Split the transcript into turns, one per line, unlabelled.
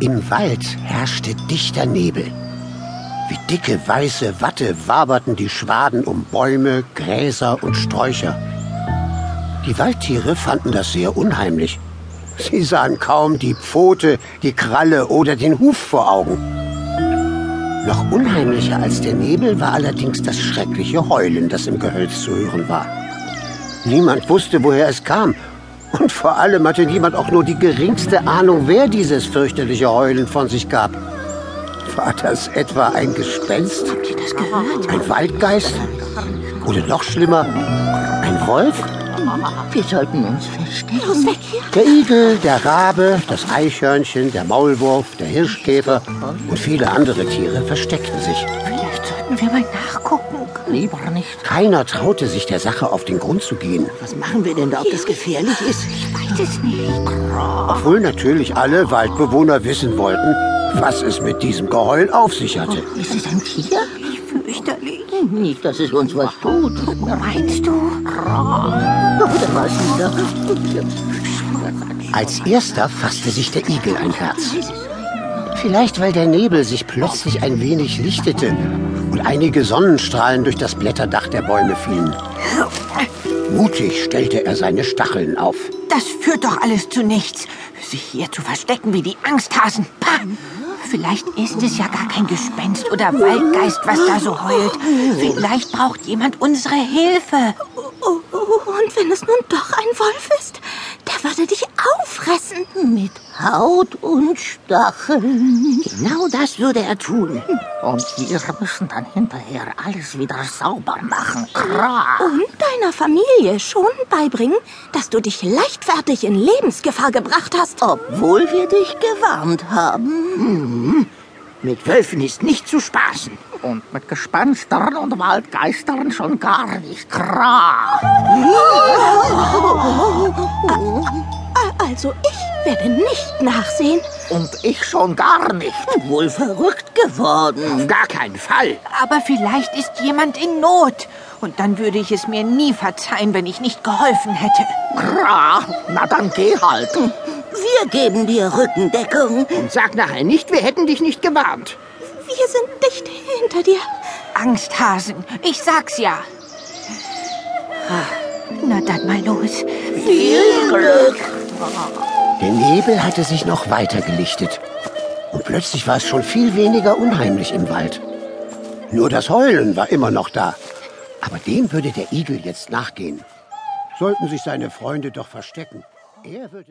Im Wald herrschte dichter Nebel. Wie dicke weiße Watte waberten die Schwaden um Bäume, Gräser und Sträucher. Die Waldtiere fanden das sehr unheimlich. Sie sahen kaum die Pfote, die Kralle oder den Huf vor Augen. Noch unheimlicher als der Nebel war allerdings das schreckliche Heulen, das im Gehölz zu hören war. Niemand wusste, woher es kam. Und vor allem hatte niemand auch nur die geringste Ahnung, wer dieses fürchterliche Heulen von sich gab. War das etwa ein Gespenst?
Habt ihr das gehört?
Ein Waldgeist? Oder noch schlimmer, ein Wolf?
Wir sollten uns verstecken. Los, weg hier.
Der Igel, der Rabe, das Eichhörnchen, der Maulwurf, der Hirschkäfer und viele andere Tiere versteckten sich.
Vielleicht sollten wir mal nachgucken. Lieber nicht.
Keiner traute sich der Sache auf den Grund zu gehen,
Was machen wir denn da, ob das gefährlich ist?
Ich weiß es nicht.
obwohl natürlich alle Waldbewohner wissen wollten, was es mit diesem Geheul auf sich hatte.
Ist es ein Tier?
Fürchterlich. Nicht, dass es uns was tut.
Meinst du?
Oder was wieder?
Als erster fasste sich der Igel ein Herz. Vielleicht, weil der Nebel sich plötzlich ein wenig lichtete und einige Sonnenstrahlen durch das Blätterdach der Bäume fielen.
Äh,
Mutig stellte er seine Stacheln auf.
Das führt doch alles zu nichts. Sich hier zu verstecken wie die Angsthasen. Pah! Vielleicht ist es ja gar kein Gespenst oder Waldgeist, was da so heult. Vielleicht braucht jemand unsere Hilfe.
Oh, oh, und wenn es nun doch ein Wolf ist, der würde dich auffressen.
Mit Haut und Stacheln. Genau das würde er tun. Und wir müssen dann hinterher alles wieder sauber machen. Kra.
Und deiner Familie schon beibringen, dass du dich leichtfertig in Lebensgefahr gebracht hast.
Obwohl wir dich gewarnt haben.
Mit Wölfen ist nicht zu spaßen.
Und mit Gespenstern und Waldgeistern schon gar nicht. Kra.
Also ich werde nicht nachsehen.
Und ich schon gar nicht. Wohl verrückt geworden.
Auf gar keinen Fall. Aber vielleicht ist jemand in Not. Und dann würde ich es mir nie verzeihen, wenn ich nicht geholfen hätte.
Kra. Na dann geh halt. Wir geben dir Rückendeckung.
Und sag nachher nicht, wir hätten dich nicht gewarnt.
Wir sind dicht hinter dir.
Angsthasen, ich sag's ja. Ah, Na dann mal los.
Der Nebel hatte sich noch weiter gelichtet. Und plötzlich war es schon viel weniger unheimlich im Wald. Nur das Heulen war immer noch da. Aber dem würde der Igel jetzt nachgehen. Sollten sich seine Freunde doch verstecken. Er würde